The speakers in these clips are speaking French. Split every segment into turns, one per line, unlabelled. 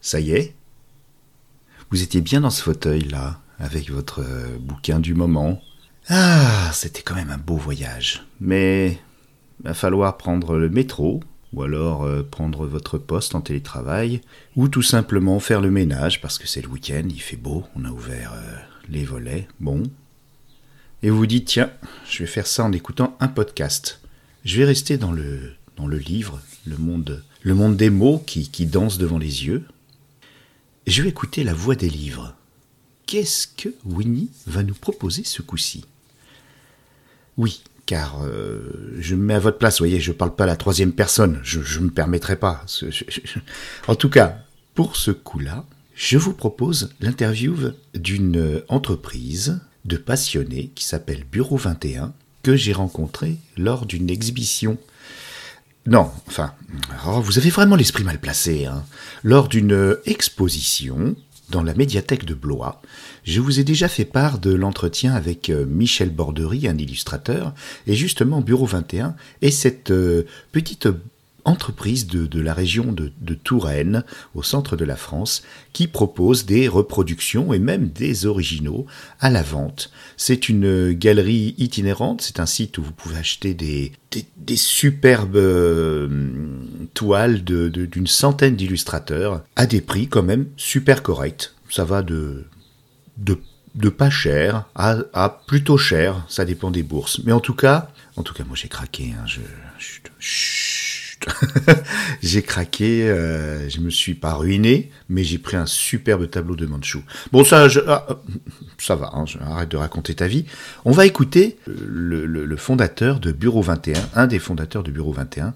Ça y est Vous étiez bien dans ce fauteuil-là, avec votre euh, bouquin du moment. Ah, c'était quand même un beau voyage. Mais va falloir prendre le métro, ou alors euh, prendre votre poste en télétravail, ou tout simplement faire le ménage, parce que c'est le week-end, il fait beau, on a ouvert euh, les volets, bon. Et vous vous dites, tiens, je vais faire ça en écoutant un podcast. Je vais rester dans le, dans le livre, le monde, le monde des mots qui, qui danse devant les yeux. Je vais écouter la voix des livres. Qu'est-ce que Winnie va nous proposer ce coup-ci Oui, car euh, je me mets à votre place, vous voyez, je ne parle pas à la troisième personne, je ne me permettrai pas. Ce- je- je- En tout cas, pour ce coup-là, je vous propose l'interview d'une entreprise de passionnés qui s'appelle Bureau 21, que j'ai rencontré lors d'une exhibition non, enfin, oh, vous avez vraiment l'esprit mal placé. hein. Lors d'une euh, exposition dans la médiathèque de Blois, je vous ai déjà fait part de l'entretien avec euh, Michel Bordery, un illustrateur, et justement Bureau 21, et cette euh, petite entreprise de, de la région de, de Touraine, au centre de la France, qui propose des reproductions et même des originaux à la vente. C'est une euh, galerie itinérante, c'est un site où vous pouvez acheter des, des, des superbes euh, toiles de- de- d'une centaine d'illustrateurs à des prix quand même super corrects. Ça va de de, de pas cher à, à plutôt cher, ça dépend des bourses. Mais en tout cas, en tout cas, moi j'ai craqué. hein, je, chut, chut. j'ai craqué. euh, je me suis pas ruiné, mais j'ai pris un superbe tableau de Manchou. Bon, ça, je- ah, ah, ça va. hein, je- arrête de raconter ta vie. On va écouter euh, le, le- le fondateur de Bureau 21, un des fondateurs de Bureau 21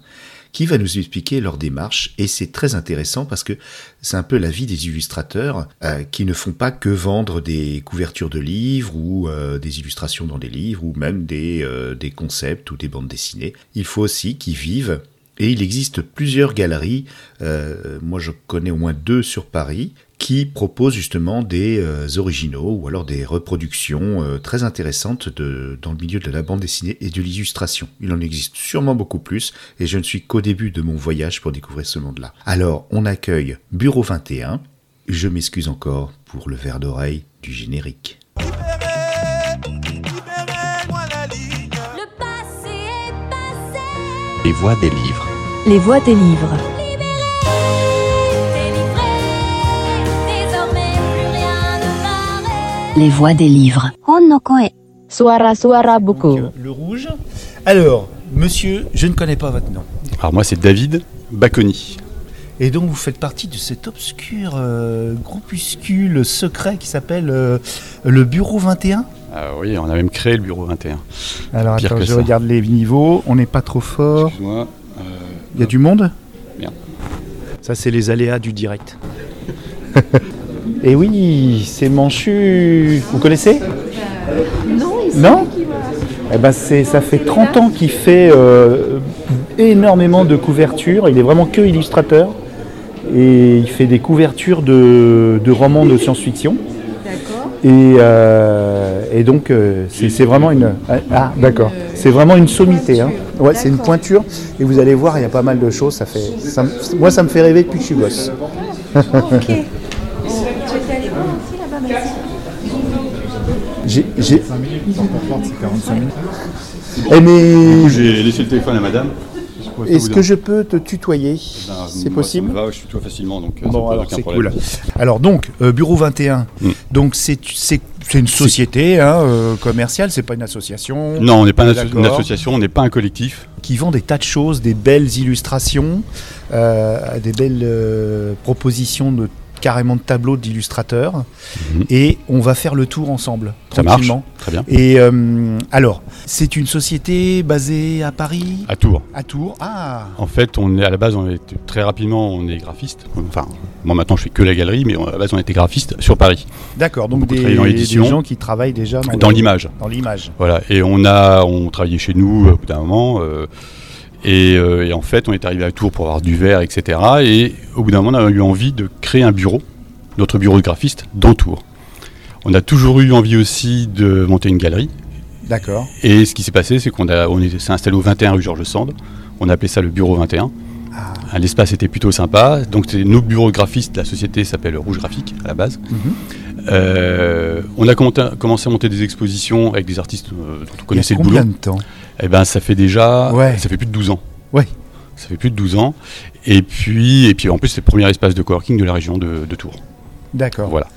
qui va nous expliquer leur démarche. Et c'est très intéressant parce que c'est un peu la vie des illustrateurs euh, qui ne font pas que vendre des couvertures de livres ou euh, des illustrations dans des livres ou même des, euh, des concepts ou des bandes dessinées. Il faut aussi qu'ils vivent. Et il existe plusieurs galeries, euh, moi je connais au moins deux sur Paris, qui proposent justement des euh, originaux ou alors des reproductions euh, très intéressantes de, dans le milieu de la bande dessinée et de l'illustration. Il en existe sûrement beaucoup plus et je ne suis qu'au début de mon voyage pour découvrir ce monde-là. Alors, on accueille Bureau 21. Je m'excuse encore pour le verre d'oreille du générique.
Libérez-moi la ligne.
Le passé est
Les voix des livres.
Les voix des livres.
délivré, désormais plus rien ne m'arrête.
Les voix des livres.
Suara suara buku.
euh, Le rouge. Alors, monsieur, je ne connais pas votre nom.
Alors moi c'est David Bacconi.
Et donc, vous faites partie de cet obscur euh, groupuscule secret qui s'appelle euh, le Bureau 21
Ah oui, on a même créé le bureau 21.
Alors,
Pire
attends,
que
je
ça.
regarde les niveaux. On n'est pas trop fort.
Excuse-moi.
Il y a du monde
Merde.
Ça, c'est les aléas du direct. Et oui, c'est Manchu. Vous connaissez Non, eh ben c'est, ça fait 30 ans qu'il fait euh, énormément de couvertures. Il est vraiment que illustrateur. Et il fait des couvertures de, de romans de science-fiction. Et, euh, et donc, euh, c'est, c'est vraiment une. ah, Ah, d'accord. C'est vraiment une sommité. hein. Ouais, c'est une pointure. Et vous allez voir, il y a pas mal de choses. Ça fait, ça me- moi, ça me fait rêver depuis que je suis gosse. Oh, J'ai, j'ai... Eh, mais
J'ai laissé le téléphone à madame.
est-ce que je peux te tutoyer
Eh ben,
C'est possible
va, je suis toi facilement donc euh,
Bon, alors, c'est cool. Alors donc, euh, Bureau 21,
Mm.
donc c'est, c'est, c'est une société hein, euh, commerciale, c'est pas une association
Non, on n'est pas une, asso-
D'accord.
une association, on n'est pas un collectif.
qui vend des tas de choses, des belles illustrations, euh, des belles euh, propositions de carrément de tableaux d'illustrateurs.
Mhm.
Et on va faire le tour ensemble,
Ça marche.
tranquillement.
Très bien.
Et euh, alors, c'est une société basée à Paris,
À Tours.
à Tours. Ah
En fait, on est à la base, on est très rapidement, on est graphiste. Enfin, moi maintenant, je fais que la galerie, mais on- à la base, on était graphiste sur Paris,
D'accord, donc
Beaucoup
des,
travaillé dans
des
l'édition.
gens qui travaillent déjà dans,
dans
le-
l'image.
dans l'image.
Voilà, et on a, on travaillait chez nous euh, au bout d'un moment, euh, et, euh, et en fait, on est arrivé à Tours pour avoir du verre, etc. Et au bout d'un moment, on a eu envie de créer un bureau, notre bureau de graphiste, dans Tours. On a toujours eu envie aussi de monter une galerie,
D'accord.
et ce qui s'est passé, c'est qu'on a, on est- s'est installé au 21 rue Georges Sand, on a appelé ça le bureau 21, Ah, L'espace était plutôt sympa. Donc, c'est nos bureaux graphistes. La société s'appelle Rouge Graphique à la base.
Mhm.
Euh, on a commenta- commencé à monter des expositions avec des artistes euh, dont on
Il y a
connaissait le boulot.
combien de temps
Eh ben, ça fait déjà,
Ouais.
ça fait plus de 12 ans.
Ouais.
Ça fait plus de 12 ans. Et puis, et puis en plus, c'est le premier espace de coworking de la région de, de Tours.
D'accord.
Voilà.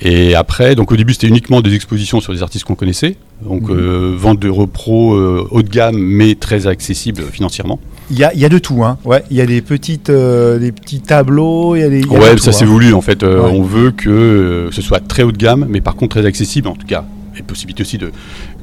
Et après, donc au début, c'était uniquement des expositions sur des artistes qu'on connaissait. Donc,
Mhm.
euh, vente de repro euh, haut de gamme, mais très accessible financièrement.
Il y a, il y a de tout, hein. Ouais, il y a des petites, euh, des petits tableaux. Il y a des. il y a
Ouais,
de
ça
tout,
c'est
hein.
voulu en fait. Euh,
Ouais.
On veut que euh, ce soit très haut de gamme, mais par contre très accessible en tout cas. Et possibilité aussi de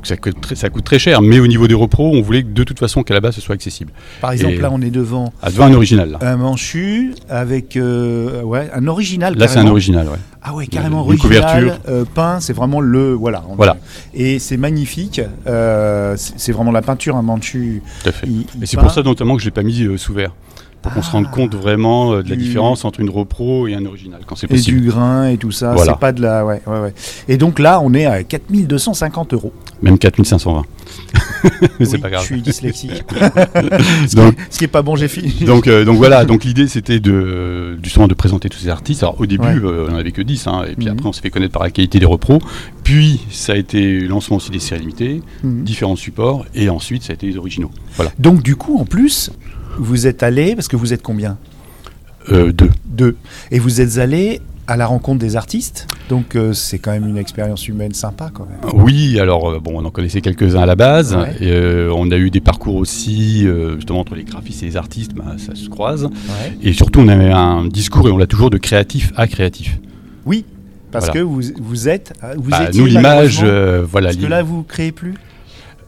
que ça coûte très, ça coûte très cher. Mais au niveau des repros, on voulait que de toute façon qu'à la base ce soit accessible.
Par exemple,
Et-
là, on est devant
À devant un original là.
un manchu avec, euh, ouais, un original.
Là c'est un
carrément.
original. Ouais.
Ah ouais, carrément
Une
original,
couverture.
euh, peint, c'est vraiment le voilà. on-
Voilà.
Et c'est magnifique, euh, c'est c'est vraiment la peinture, un manchu.
Tout à fait.
il- il
Et c'est
peint.
pour ça notamment que je l'ai pas mis euh, sous verre pour qu'on se rende compte vraiment euh, de la
Ah. Du-
différence entre une repro et un original quand c'est
Et
possible.
du grain et tout ça,
Voilà.
c'est pas de la, ouais, ouais, ouais. Et donc là, on est à 4250 euros.
Même 4520. Mais c'est
Oui,
pas grave.
Je suis dyslexique,
Donc,
ce qui est pas bon, j'ai fini.
donc, euh, donc voilà, donc l'idée c'était de justement de présenter tous ces artistes. Alors au début,
Ouais.
euh, on n'en avait que 10, hein, et puis
Mhm.
après on s'est fait connaître par la qualité des repros. Puis ça a été le lancement aussi des séries limitées,
Mhm.
différents supports, et ensuite ça a été les originaux. Voilà,
Donc du coup, en plus, vous êtes allé parce que vous êtes combien
euh, deux.
Deux. Et vous êtes allé à la rencontre des artistes. Donc euh, c'est quand même une expérience humaine sympa quand même.
Oui, alors euh, bon, on en connaissait quelques-uns à la base.
Ouais.
Et, euh, on a eu des parcours aussi, euh, justement entre les graphistes et les artistes, bah, ça se croise.
Ouais.
Et surtout, on avait un discours et on l'a toujours de créatif à créatif.
Oui, parce
Voilà.
que vous vous êtes, euh, vous
Bah,
étiez
nous, l'image,
malheureusement-
euh, voilà.
Parce que
l'im-
là, vous créez plus.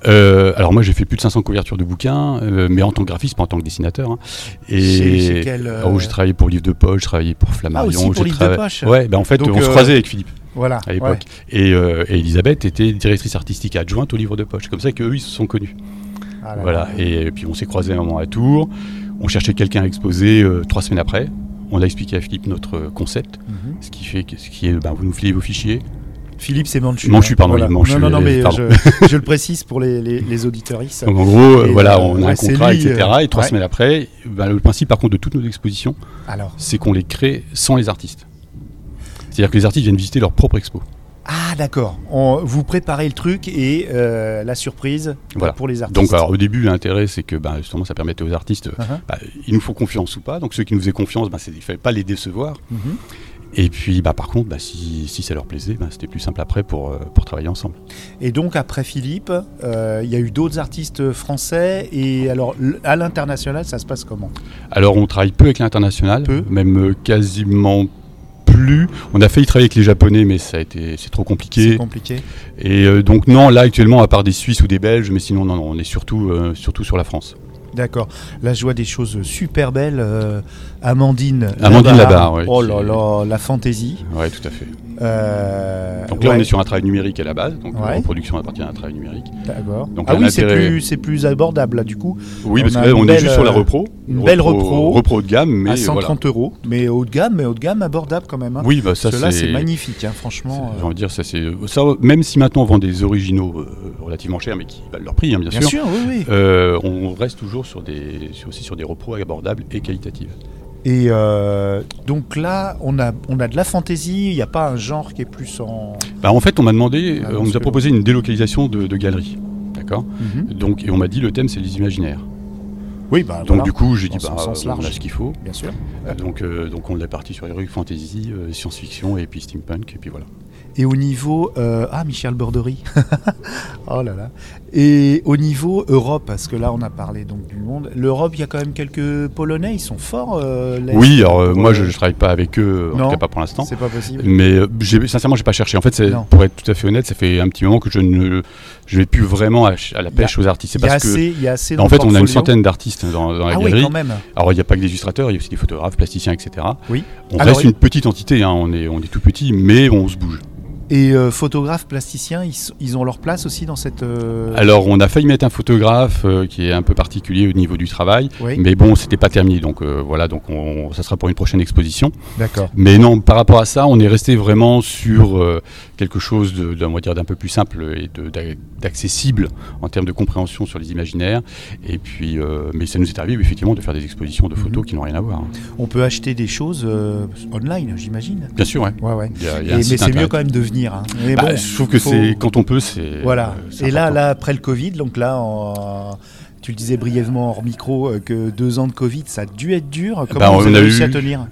Euh, alors moi j'ai fait plus de 500 couvertures de bouquins, euh, mais en tant que graphiste, pas en tant que dessinateur. hein. Et
Chez- chez quel, euh,
oh, j'ai travaillé pour Livre de Poche, j'ai travaillé pour Flammarion.
Ah, aussi pour
j'ai
Livre de
trava-
Poche.
Ouais, ben en fait
Donc,
on se
euh,
croisait avec Philippe
Voilà.
à l'époque. Et, euh, et Elisabeth était directrice artistique adjointe au Livre de Poche. C'est Comme ça qu'eux ils se sont connus.
ouais. Ah là là.
voilà. Et puis on s'est croisés à un moment à Tours. On cherchait quelqu'un à exposer euh, trois semaines après. On a expliqué à Philippe notre euh, concept,
Mhm.
ce qui fait que ce qui est, ben, vous nous filez vos fichiers.
Philippe, c'est Manchu.
Manchu,
hein.
pardon, il est Manchu,
Non, non, non, mais
euh, pardon.
je, je le précise pour les, les, les auditeuristes.
Donc en gros, euh,
Et,
voilà,
euh,
on a
ouais,
un
c'est
contrat,
lui,
etc.
euh,
et trois
ouais.
semaines après, ben, le principe par contre de toutes nos expositions,
Alors.
c'est qu'on les crée sans les artistes. C'est-à-dire que les artistes viennent visiter leur propre expo.
Ah, d'accord. On- Vous préparez le truc et euh, la surprise
Voilà.
pour les artistes.
Donc alors, au début, l'intérêt, c'est que ben, justement, ça permettait aux artistes,
Uh-huh.
bah, ils nous font confiance ou pas. Donc ceux qui nous faisaient confiance, ben, c'est- il ne fallait pas les décevoir.
Mhm.
Et puis, bah, par contre, bah, si, si ça leur plaisait, ben, c'était plus simple après pour, euh, pour travailler ensemble.
Et donc, après Philippe, euh, il y a eu d'autres artistes français. Et alors, l- à l'international, ça se passe comment
Alors, on travaille peu avec l'international,
Peu.
même euh, quasiment plus. On a failli travailler avec les Japonais, mais ça a été, c'est trop
C'est
compliqué.
compliqué.
Et euh, donc non, là actuellement, à part des Suisses ou des Belges, mais sinon non, non, on est surtout, euh, surtout sur la France.
D'accord. Là, je vois des choses super belles. euh, Amandine.
Amandine
Labarre.
Labarre, ouais,
Oh
qui
là
est-
là, la fantaisie.
Ouais, tout à fait.
Euh,
Donc là, on
ouais,
est sur un travail numérique à la base, donc
Ouais.
la reproduction appartient à un travail numérique.
D'accord.
Donc
Ah
un
oui, c'est
intérêt-
plus, c'est plus abordable là, du coup.
Oui,
On
parce
a
que là,
une
on
belle,
est juste sur la
euh,
repro.
une belle repro.
repro haut de gamme, mais
à
voilà.
130 euros. Mais haut de gamme, mais haut de gamme abordable quand même. hein.
Oui, bah ça
Parce que là,
c'est
c'est magnifique, hein, franchement.
c'est- J'ai
euh,
envie de dire, ça c'est ça. Même si maintenant on vend des originaux euh, relativement chers, mais qui valent leur prix, hein, bien,
Bien sûr, oui, oui.
euh, on reste toujours sur des, sur- aussi sur des repros abordables et qualitatives.
Et euh, donc là, on a, on a de la fantaisie. Il n'y a pas un genre qui est plus en.
Bah, en fait, on m'a demandé,
Ah,
euh,
parce
on nous
que-
a proposé une délocalisation de, de galeries, d'accord.
Mhm.
Donc, et on m'a dit le thème c'est les imaginaires.
Oui, bah,
Donc
Ah, voilà,
du coup, j'ai dit
Dans
bah,
son sens
on
large.
a ce qu'il faut.
bien sûr.
Euh, Donc euh, donc on est parti sur les rues fantasy, euh, science-fiction et puis steampunk et puis voilà.
Et au niveau euh, ah Michel Bordery, oh là là. Et au niveau Europe, parce que là on a parlé donc du monde. L'Europe, il y a quand même quelques Polonais, ils sont forts. euh, l'Est.
Oui, alors euh,
Pour,
moi
euh,
je, je travaille pas avec eux, en
Non.
tout cas pas pour l'instant.
c'est pas possible.
Mais euh, j'ai- sincèrement, j'ai pas cherché. En fait, c'est-
Non.
pour être tout à fait honnête, ça fait un petit moment que je ne je vais plus vraiment à, ch- à la
Il y a-
pêche aux artistes. C'est
Il y a
parce que
assez, il y a assez. dans
en
le
fait, on a une
portfolio.
centaine d'artistes dans, dans la
Ah oui,
galerie.
quand même.
Alors, il n'y a pas que des illustrateurs, il y a aussi des photographes, plasticiens, etc.
Oui.
On
Alors,
reste
il-
une petite entité, hein, on, est, on est tout petit, mais on se bouge.
Et euh, photographes, plasticiens, ils, sont- ils ont leur place aussi dans cette. euh,
Alors, on a failli mettre un photographe euh, qui est un peu particulier au niveau du travail,
Oui.
mais bon, c'était pas terminé, donc euh, voilà, donc on- ça sera pour une prochaine exposition.
D'accord.
Mais non, par rapport à ça, on est resté vraiment sur euh, quelque chose de, de- on va dire, d'un peu plus simple et de- d'a- d'accessible en termes de compréhension sur les imaginaires. Et puis, euh, mais ça nous est arrivé effectivement de faire des expositions de
Mm-hmm.
photos qui n'ont rien à voir. hein.
On peut acheter des choses euh, online, j'imagine.
Bien sûr, ouais.
Ouais, ouais.
Il y a- il y a
Et-
un
mais
site
c'est mieux
internet.
quand même de venir. hein. Mais
Bah,
bon,
je trouve que
faut-
c'est quand on peut, c'est.
Voilà.
euh, c'est
Et là,
important.
là, après le Covid, donc là, en- tu le disais brièvement hors micro euh, que deux ans de Covid, ça a dû être dur. Comment
Bah,
vous
on
avez
a
réussi
eu-
à tenir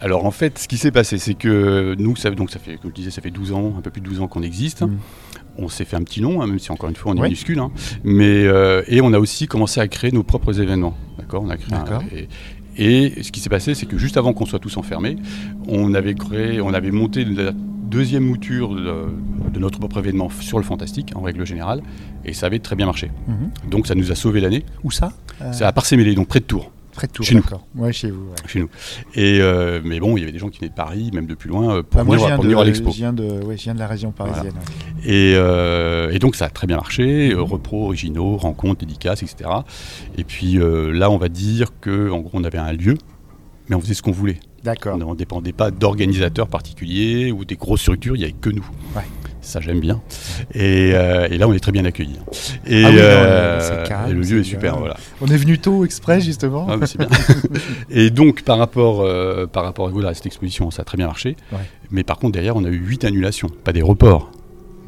Alors en fait, ce qui s'est passé, c'est que nous, ça, donc ça fait, comme je disais, ça fait 12 ans, un peu plus de 12 ans qu'on existe.
Mm.
On s'est fait un petit nom, hein, même si encore une fois on est
Ouais.
minuscule. hein. Mais euh, et on a aussi commencé à créer nos propres événements. D'accord, on a créé. un-
D'accord.
et, et ce qui s'est passé, c'est que juste avant qu'on soit tous enfermés, on avait créé, on avait monté la deuxième mouture de, de notre propre événement sur le fantastique en règle générale, et ça avait très bien marché.
Mhm.
Donc ça nous a sauvé l'année.
Où ça Euh,
C'est à Parcémélé, donc près de Tours.
Près de Tours.
chez nous.
d'accord. Ouais, chez vous. ouais.
chez nous. Et euh, mais bon, il y avait des gens qui venaient de Paris, même de plus loin, euh, pour
Bah, moi,
venir,
je viens,
pour
de,
venir à l'expo.
je viens de, ouais, je viens de la région parisienne. ouais.
Et, euh, et donc ça a très bien marché,
Mhm.
euh, repros originaux, rencontres, dédicaces, etc. Et puis euh, là, on va dire que en gros, on avait un lieu, mais on faisait ce qu'on voulait.
D'accord.
On ne dépendait pas d'organisateurs particuliers ou des grosses structures. Il n'y avait que nous.
Ouais.
Ça j'aime bien. Et, euh, et là, on est très bien accueillis. Et,
Ah oui, non,
euh,
c'est calme,
et le lieu
c'est
est super.
bien.
Voilà.
On est venu tôt exprès justement.
Ah, mais c'est bien. et donc, par rapport, euh, par rapport voilà, à cette exposition, ça a très bien marché.
Ouais.
Mais par contre, derrière, on a eu 8 annulations. Pas des reports,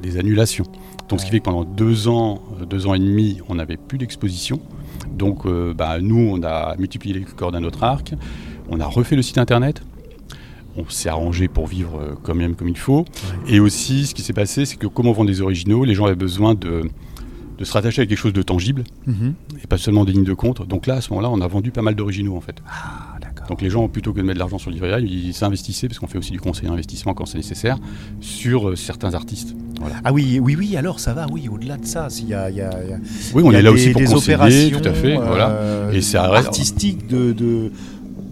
des annulations. Donc, ce qui
Ouais.
fait que pendant deux ans, euh, deux ans et demi, on n'avait plus d'exposition. Donc, euh, bah, nous, on a multiplié les cordes à notre arc. On a refait le site internet. On s'est arrangé pour vivre euh, quand même comme il faut. Et aussi, ce qui s'est passé, c'est que comme on vend des originaux, les gens avaient besoin de, de se rattacher à quelque chose de tangible
Mhm.
et pas seulement des lignes de compte. Donc là, à ce moment-là, on a vendu pas mal d'originaux en fait.
Ah, d'accord.
Donc les gens, plutôt que de mettre de l'argent sur le livret A, ils s'investissaient, parce qu'on fait aussi du conseil d'investissement quand c'est nécessaire, sur euh, certains artistes.
Ah oui, oui, oui. Alors ça va, oui. Au-delà de ça, s'il y a- il y a- il y a
Oui, on
Il y a
est là
des-
aussi pour
des
conseiller,
opérations,
tout à fait.
euh,
voilà. Et ça reste-
artistique de, de-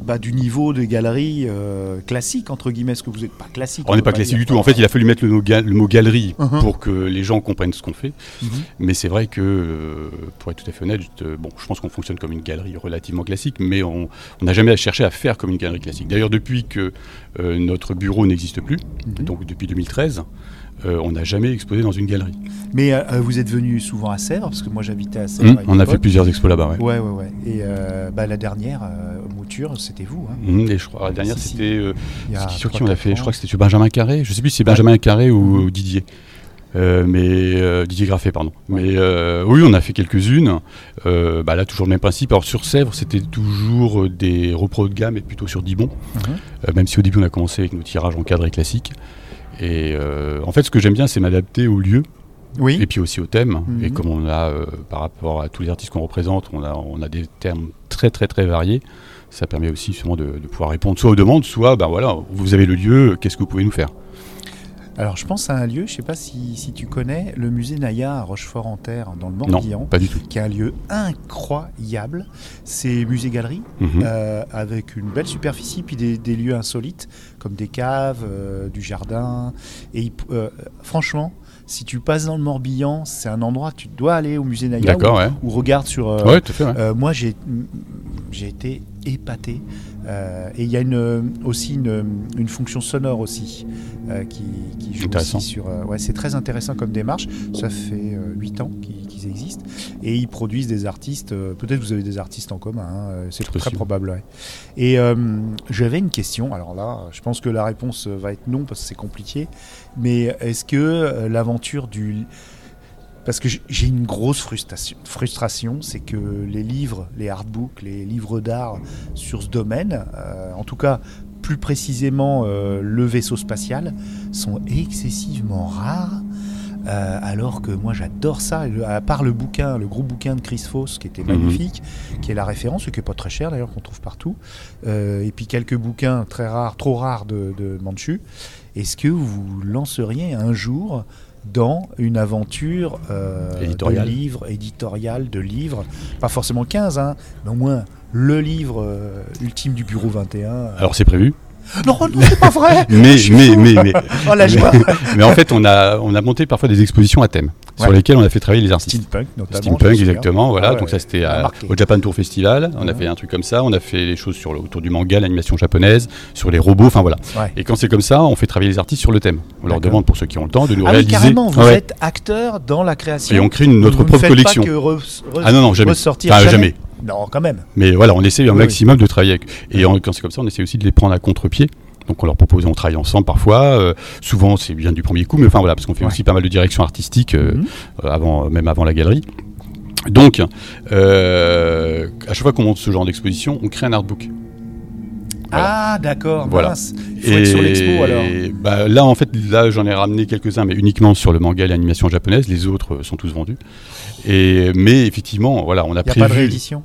bah, du niveau des galeries euh, classiques entre guillemets, ce que vous n'êtes pas classique. hein,
On n'est pas classique du tout. En fait, il a fallu mettre le, no- ga- le mot galerie
Mhm.
pour que les gens comprennent ce qu'on fait.
Mhm.
Mais c'est vrai que, euh, pour être tout à fait honnête, euh, bon, je pense qu'on fonctionne comme une galerie relativement classique, mais on on n'a jamais cherché à faire comme une galerie classique. D'ailleurs, depuis que euh, notre bureau n'existe plus,
Mhm.
donc depuis 2013, euh, on n'a jamais exposé dans une galerie.
Mais euh, vous êtes venu souvent à Sèvres parce que moi j'habitais à Sèvres.
Mhm.
à une
On a fait
époque.
plusieurs expos là-bas. ouais.
Ouais, ouais, ouais. Et euh, bah, la dernière euh, mouture, c'était vous. hein,
Mhm, et je crois, la dernière,
Si, si.
c'était. euh,
il y a
sur qui
trois,
on a
quatre
fait Je
ans. Mm.
crois que c'était sur Benjamin Carré. Je sais plus si c'est Benjamin Carré ou, ou Didier. Euh, mais euh, Didier Graffet, pardon. Mais euh, oui, on a fait quelques-unes. Euh, bah, là, toujours le même principe. Alors sur Sèvres, c'était toujours euh, des repros haut de gamme et plutôt sur Dibon.
Mhm.
Euh, même si au début, on a commencé avec nos tirages encadrés classiques. Et euh, en fait, ce que j'aime bien, c'est m'adapter au lieu
Oui.
et puis aussi au thème. hein.
Mhm.
Et comme on a, euh, par rapport à tous les artistes qu'on représente, on a, on a des termes très très très variés. Ça permet aussi justement de, de pouvoir répondre soit aux demandes, soit ben voilà, vous avez le lieu, qu'est-ce que vous pouvez nous faire
Alors je pense à un lieu, je sais pas si, si tu connais, le musée Naya à Rochefort-en-Terre dans le
Non,
Morbihan,
pas du tout.
qui est un lieu incroyable. C'est musée-galerie.
Mhm.
Euh, avec une belle superficie, puis des, des lieux insolites, comme des caves, euh, du jardin. Et il p- euh, franchement, si tu passes dans le Morbihan, c'est un endroit, tu dois aller au musée Naya
D'accord, ouais.
ou, ou regarde sur... euh,
ouais, tout à fait. ouais.
euh, moi, j'ai mm, j'ai été épaté. Euh, et il y a une, euh, aussi une, une fonction sonore aussi euh, qui, qui joue
Intéressant.
aussi sur. euh, ouais, c'est très intéressant comme démarche. Ça fait 8 ans qu'ils qu'ils existent et ils produisent des artistes. euh, Peut-être vous avez des artistes en commun. hein, euh, c'est
C'est
très
possible.
probable. ouais. Et euh, j'avais une question. Alors là, je pense que la réponse va être non parce que c'est compliqué. Mais est-ce que euh, l'aventure du parce que j'ai- j'ai une grosse frustration, frustration c'est que les livres, les artbooks, les livres d'art sur ce domaine, euh, en tout cas plus précisément euh, le vaisseau spatial, sont excessivement rares. euh, alors que moi j'adore ça, Et le- à part le bouquin, le gros bouquin de Chris Foss qui était
Mhm.
magnifique, qui est la référence, et qui est pas très cher d'ailleurs, qu'on trouve partout, euh, et puis quelques bouquins très rares, trop rares de, de Manchu. Est-ce que vous lanceriez un jour dans une aventure euh,
Éditoriale.
de livre, éditoriale, de livres, pas forcément 15, hein, mais au moins le livre euh, ultime du Bureau 21 euh,
Alors c'est prévu.
Non, non, c'est pas vrai
Mais,
Je suis
mais,
fou.
mais, mais,
Oh la joie
mais, mais en fait, on a, on a monté parfois des expositions à thème sur
Ouais.
lesquelles on a fait travailler les artistes.
Steampunk, notamment. je me
Steampunk,
souviens.
exactement. Voilà,
Ah ouais,
donc ça c'était à-
marqué.
au Japan Tour Festival. On a
Ouais.
fait un truc comme ça. On a fait les choses sur le, autour du manga, l'animation japonaise, sur les robots. Enfin voilà.
Ouais.
Et quand c'est comme ça, on fait travailler les artistes sur le thème. On leur
D'accord.
demande pour ceux qui ont le temps de nous
Ah oui,
réaliser.
carrément, vous
Ouais.
êtes acteur dans la création.
Et on crée une- notre
Vous ne
propre
faites
collection.
Pas que re- re-
Ah non non jamais.
ressortir
Enfin,
jamais. Non, quand même.
Mais voilà, on essaie un
Oui,
maximum de travailler avec. Et en- quand c'est comme ça, on essaie aussi de les prendre à contre-pied. Donc on leur propose, on travaille ensemble parfois. euh, souvent, c'est bien du premier coup, mais enfin voilà, parce qu'on fait
Ouais.
aussi pas mal de direction artistique, euh,
Mhm.
euh, avant, euh, même avant la galerie. Donc, euh, à chaque fois qu'on monte ce genre d'exposition, on crée un artbook.
Ah, d'accord.
Voilà.
Mince. Il faut être sur l'expo alors.
bah, là, en fait, là, j'en ai ramené quelques-uns, mais uniquement sur le manga et l'animation japonaise. Les autres euh, sont tous vendus. Et mais effectivement, voilà, on a,
Il n'y a
prévu.
pas de réédition.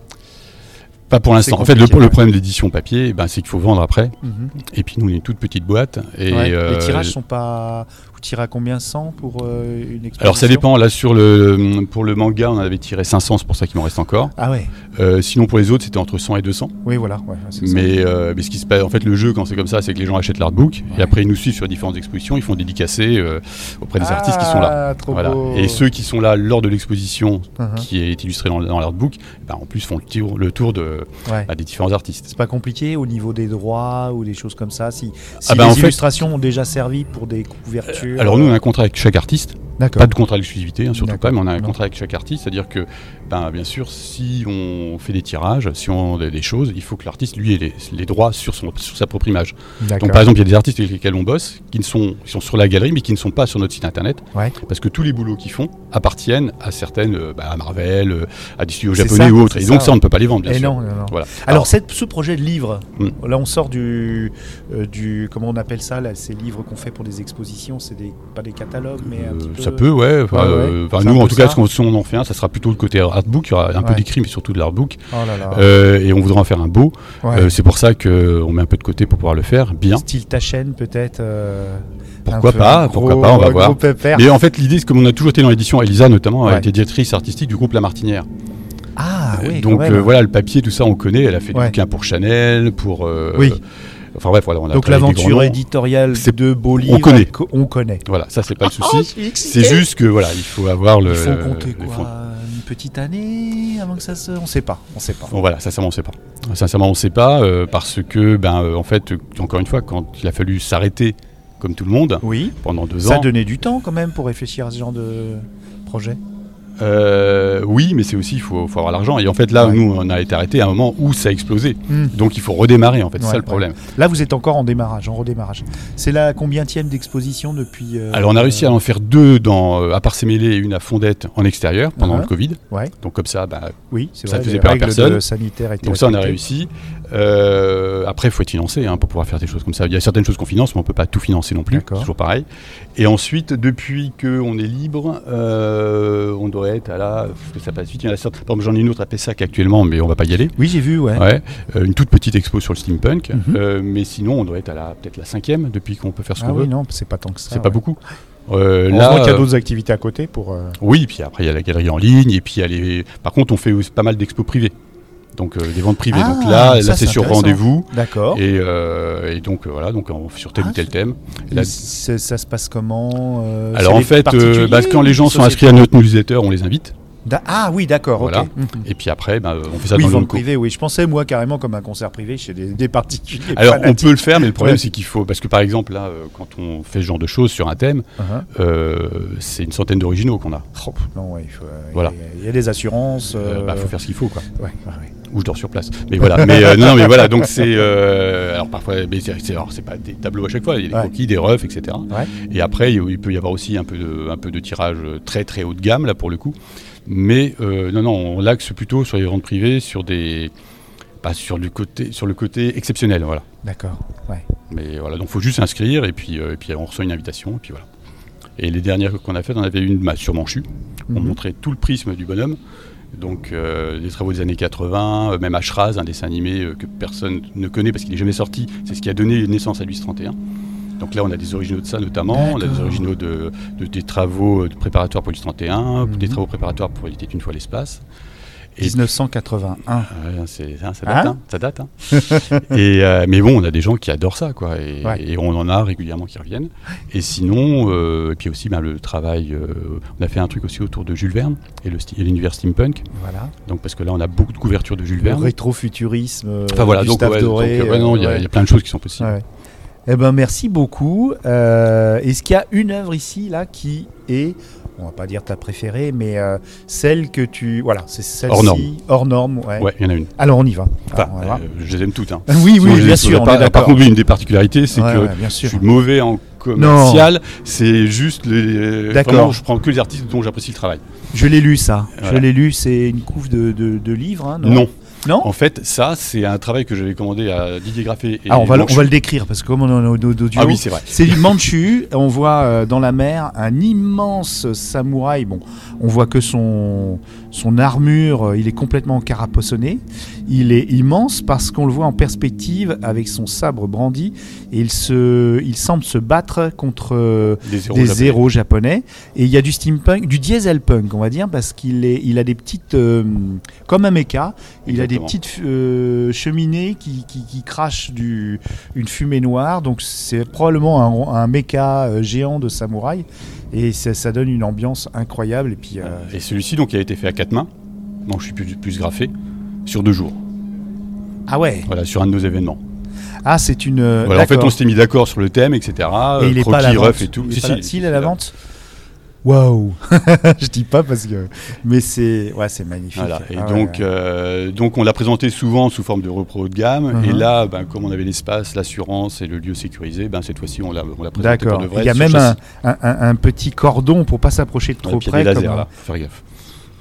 Pas pour
C'est
l'instant. En fait, le,
compliqué,
le
ouais.
problème de l'édition papier, ben, c'est qu'il faut vendre après.
Mhm.
Et puis nous, on est une toute petite boîte. Et
Ouais.
euh,
Les tirages sont pas. Vous tirez à combien 100 pour euh, une exposition
Alors ça dépend. Là, sur le, pour le manga, on en avait tiré 500, c'est pour ça qu'il m'en reste encore.
Ah ouais.
Euh, sinon, pour les autres, c'était entre 100 et 200.
Oui, voilà. ouais, c'est ça.
Mais, euh, mais ce qui se passe, en fait, le jeu, quand c'est comme ça, c'est que les gens achètent l'artbook. Et
Ouais.
après, ils nous suivent sur différentes expositions. Ils font dédicacer euh, auprès des artistes qui sont là.
Ah, trop
Voilà.
beau.
Et ceux qui sont là lors de l'exposition
Mhm.
qui est illustrée dans, dans l'artbook, ben, en plus font le tour, le tour de,
Ouais.
bah, des différents artistes.
C'est pas compliqué au niveau des droits ou des choses comme ça. Si, si
Ah bah, en
les
fait- Euh,
illustrations ont déjà servi pour des couvertures. euh,
Alors nous, on a un contrat avec chaque artiste.
d'accord.
Pas de contrat d'exclusivité, hein, surtout pas,
D'accord.
mais on a un
Non.
contrat avec chaque artiste, c'est-à-dire que, ben, bien sûr, si on fait des tirages, si on a des choses, il faut que l'artiste, lui, ait les, les droits sur, son, sur sa propre image.
D'accord.
Donc, par exemple, il y a des artistes avec lesquels on bosse, qui, ne sont, qui sont sur la galerie, mais qui ne sont pas sur notre site internet,
Ouais.
parce que tous les boulots qu'ils font appartiennent à certaines, euh, bah, à Marvel, euh, à des studios
C'est
japonais
ça,
ou autres, et
c'est
donc
ça.
ça, on ne peut pas les vendre, bien
Et
sûr. Ah.
Eh non, non, non.
Voilà.
Alors, cette- ce projet de livre,
Hmm.
là on sort du, euh, du comment on appelle ça, là, ces livres qu'on fait pour des expositions, c'est des, pas des catalogues, mais un
Euh,
petit peu...
ça peut, ouais. Enfin,
Ouais, ouais.
euh, enfin,
C'est un
nous, en
peu
tout cas,
ça.
ce qu'on- si on en fait un, ça sera plutôt le côté artbook. Il y aura un peu
Ouais.
d'écrit, mais surtout de l'artbook.
Oh là là.
Euh, et on voudra en faire un beau.
Ouais.
Euh, c'est pour ça qu'on met un peu de côté pour pouvoir le faire bien.
Style ta chaîne peut-être. euh,
Pourquoi
un peu
pas,
gros-
pourquoi pas, on va
gros
voir.
pépère.
Mais en fait, l'idée, c'est comme on a toujours été dans l'édition, Elisa notamment a
Ouais.
été directrice artistique du groupe La Martinière.
Ah oui,
Donc
quand même.
euh, voilà, le papier, tout ça, on connaît. Elle a fait des
Ouais.
bouquins pour Chanel, pour. euh,
Oui.
Enfin bref, voilà, on a
Donc
travaillé avec des grands
l'aventure
noms.
éditoriale
C'est-
de beau
on connaît.
co- on connaît.
Voilà, ça, c'est pas le souci. c'est juste que voilà, il faut avoir le.
Il faut compter
le
quoi
fond.
Une petite année avant que ça se... On sait pas, on sait pas.
Bon, voilà, sincèrement, on sait pas. Sincèrement, on sait pas euh, parce que, ben, euh, en fait, euh, encore une fois, quand il a fallu s'arrêter, comme tout le monde,
Oui,
pendant deux
ça
ans.
donnait du temps quand même pour réfléchir à ce genre de projet.
Euh, oui, mais c'est aussi, il faut, faut avoir l'argent. Et en fait, là,
Ouais.
nous, on a été arrêté à un moment où ça a explosé.
Hmm.
Donc, il faut redémarrer, en fait. c'est
Ouais,
ça le
ouais.
problème.
Là, vous êtes encore en démarrage, en redémarrage. C'est la combientième d'exposition depuis euh,
Alors, on a réussi à en faire deux, dans, euh, à part ces mêlées et une à Fondette en extérieur pendant
Uh-huh.
le Covid.
Ouais.
Donc, comme ça, bah,
Oui, c'est
ça
vrai.
faisait
les
peur à
règles
personne.
de sanitaire étaient
donc ça, on a
respectées.
réussi. Euh, après, il faut être financé hein, pour pouvoir faire des choses comme ça. Il y a certaines choses qu'on finance, mais on peut pas tout financer non plus. C'est
D'accord.
toujours pareil. Et ensuite, depuis qu'on est libre, euh, on doit être à la. Parce que ça passe vite. Il y en a certaines. Par exemple, j'en ai une autre à Pessac actuellement, mais on va pas y aller.
Oui, j'ai vu, ouais.
Ouais, euh, une toute petite expo sur le steampunk,
Mhm.
Euh, mais sinon on doit être à la peut-être la cinquième depuis qu'on peut faire ce
Ah
qu'on
oui,
veut.
non, c'est pas tant que ça.
C'est pas
ouais. Ah,
beaucoup. Euh,
Heureusement
là,
qu'il y a
euh,
d'autres activités à côté pour. euh,
oui, puis après il y a la galerie en ligne et puis il y a les. Par contre, on fait aussi pas mal d'expos privées, donc euh, des ventes privées.
Ah,
donc là, là
ça,
c'est
c'est
sur
intéressant.
rendez-vous
D'accord.
et, euh, et donc euh, voilà, donc on- sur tel
Ah,
ou tel thème. Et là-
Et c'est- ça se passe comment euh,
alors
c'est
en
des
fait, euh,
particuliers
bah, quand les gens
ou
sont
sociétés
inscrits à notre newsletter, on les invite.
Da- Ah oui, d'accord. ok.
Voilà.
Mhm.
Et puis après, bah, on fait ça
Oui,
dans nos
vente
locaux.
privée, oui. Je pensais, moi, carrément, comme un concert privé chez des, des particuliers.
Alors on
fanatiques.
peut le faire, mais le problème
Ouais.
c'est qu'il faut parce que par exemple là, euh, quand on fait ce genre de choses sur un thème.
Uh-huh.
Euh, c'est une centaine d'originaux qu'on a.
Non, ouais, il faut, euh,
Voilà.
il y a- Il y a des assurances.
Euh,
Oh, euh,
bah, faut faire ce qu'il faut, quoi.
ouais, ouais, ouais.
Ou je dors sur place. Mais voilà. Mais euh, non, non, mais voilà. Donc c'est euh, alors parfois, mais c'est c'est- alors, c'est pas des tableaux à chaque fois. Il y a des
Ouais.
croquis, des refs, etc.
Ouais.
Et après, il il peut y avoir aussi un peu de, un peu de tirage très très haut de gamme là pour le coup. Mais euh, non, non, on l'axe plutôt sur les ventes privées, sur des, pas sur du côté, sur le côté exceptionnel, voilà.
D'accord. Ouais.
Mais voilà, donc faut juste s'inscrire et puis, euh, et puis on reçoit une invitation et puis voilà. Et les dernières qu'on a faites, on avait une bah, sur Manchu. On
Mhm.
montrait tout le prisme du bonhomme. Donc euh, des travaux des années 80, euh, même Ashraz, un dessin animé euh, que personne ne connaît parce qu'il n'est jamais sorti. C'est ce qui a donné naissance à Luis 31. Donc là, on a des originaux de ça notamment. On a des
D'accord.
originaux de, de- des travaux euh, de préparatoires pour Luis 31,
Mhm.
des travaux préparatoires pour Il était une fois l'espace. Et-
1981.
Ouais, c'est- hein, ça date,
Hein
hein, ça date. hein. et, euh, mais bon, on a des gens qui adorent ça, quoi. Et,
Ouais.
et on en a régulièrement qui reviennent. Et sinon, euh, et puis aussi ben, le travail. euh, on a fait un truc aussi autour de Jules Verne et le sti- et l'univers steampunk.
Voilà.
Donc parce que là, on a beaucoup de couvertures de Jules
Le
Verne.
rétrofuturisme. euh,
Enfin voilà, donc,
Gustave
ouais,
Doré,
donc, euh, ouais, non, il y a-
euh,
il y, a plein de choses qui sont possibles.
ouais. Eh ben merci beaucoup. Euh, Est-ce qu'il y a une œuvre ici là qui est, on va pas dire ta préférée, mais euh, celle que tu, voilà, c'est celle-ci
Hors norme.
hors norme, ouais.
Ouais, il y en a une.
Alors on y va.
Enfin,
Alors, on va.
euh, je les aime toutes. hein.
oui,
Sinon, je
oui,
les
bien
aimerais
sûr, on
pas.
est
Par
d'accord.
contre, oui, une des particularités, c'est
Ouais,
que
ouais, bien sûr.
je suis mauvais en commercial. C'est juste les.
D'accord.
vraiment, je prends que les artistes dont j'apprécie le travail.
Je l'ai lu ça. Je
Voilà.
l'ai lu. C'est une couve de, de, de livres, hein, non
non.
Non
En fait, ça, c'est un travail que j'avais commandé à Didier Graffet. Et
Ah, on va, le- on
Manchu.
va le décrire parce que comme on en a au dos d'audio.
Ah oui, c'est vrai.
C'est du Manchu, on voit euh, dans la mer un immense samouraï. Bon, on voit que son, son armure, euh, il est complètement carapassonné. Il est immense parce qu'on le voit en perspective avec son sabre brandi et il, se, il semble se battre contre euh,
Des héros.
des
japonais.
héros japonais. Et il y a du steampunk, du diesel punk, on va dire, parce qu'il est, il a des petites, euh, comme un mecha, il a des
Exactement.
petites euh, cheminées qui, qui, qui crachent du, une fumée noire. Donc c'est probablement un, un mecha euh, géant de samouraï. Et ça, ça donne une ambiance incroyable. Et puis, euh,
Et celui-ci, donc, il a été fait à quatre mains. Non, je suis plus, plus graffé. Sur deux jours.
ah ouais,
Voilà, sur un de nos événements.
ah c'est une. euh,
Voilà, en fait,
d'accord.
on s'était mis d'accord sur le thème, etc.
Et
euh,
il est pas à
croquis,
la vente.
rough et tout.
Il est pas là- si, il est à la
là.
vente. Waouh Je dis pas parce que. Mais c'est. Ouais, c'est magnifique.
Voilà. Et
Ah ouais,
donc, euh, donc, on l'a présenté souvent sous forme de repro haut de gamme.
Mhm.
Et là, ben, comme on avait l'espace, l'assurance et le lieu sécurisé, ben, cette fois-ci, on l'a on l'a présenté pour
D'accord.
de vrai.
Il y a
sur
même un,
châssis.
un- un- un petit cordon pour pas s'approcher de
Ouais,
trop
puis il y a
près.
des lasers,
comme-
là. Faut Faire gaffe.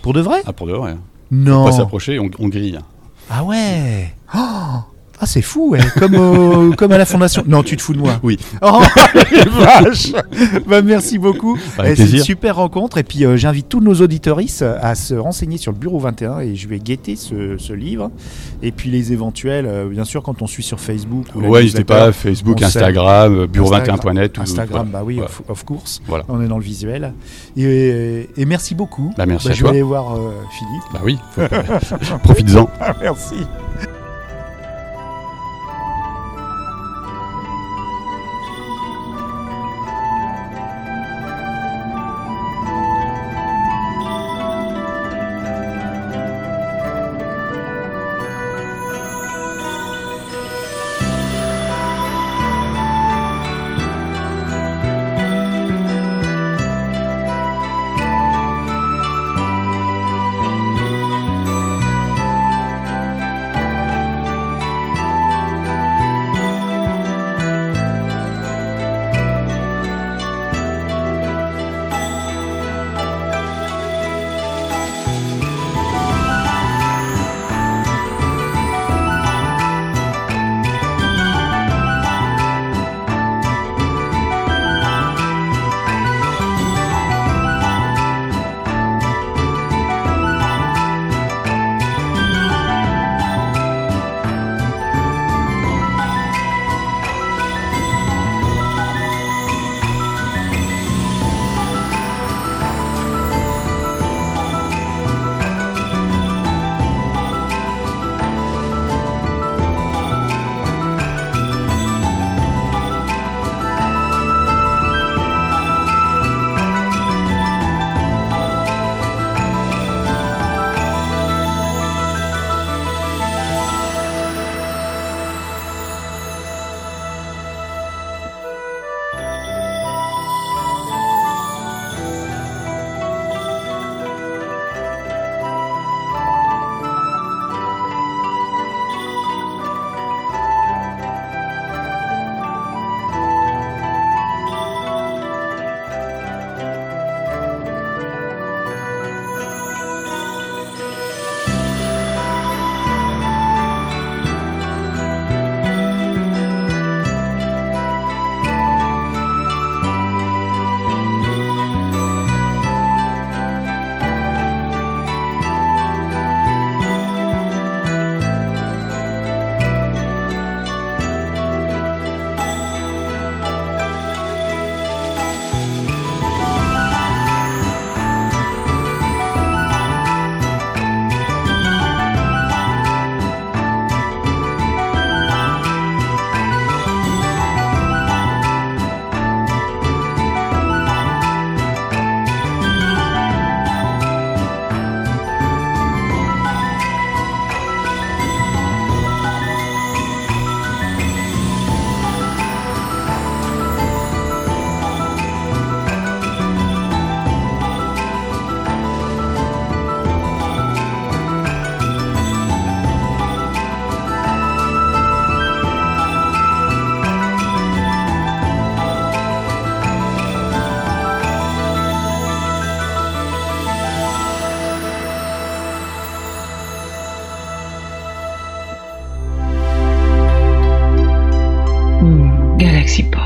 Pour de vrai
Ah, pour dehors, hein. Faut Pas
Non.
s'approcher, on, on grille.
Ah ouais. Oh ah c'est fou, ouais. comme, au- comme à la fondation. Non, tu te fous de moi.
Oui.
Oh les vaches bah, Merci beaucoup.
Avec
Eh, C'est une
plaisir.
super rencontre. Et puis euh, j'invite tous nos auditorices à se renseigner sur le Bureau 21 et je vais guetter ce, ce livre. Et puis les éventuels, euh, bien sûr, quand on suit sur Facebook. ou la
Ouais, n'hésitez
newsletter,
pas, Facebook,
On
Instagram, euh,
Instagram,
bureau21.net. tout-
Instagram,
voilà.
bah oui,
Voilà.
of, of course.
Voilà.
On est dans le visuel. Et, et merci beaucoup.
Bah, merci à
je
toi.
vais aller voir euh, Philippe.
Bah oui, faut pas- profites-en.
merci.
Galaxy Pop.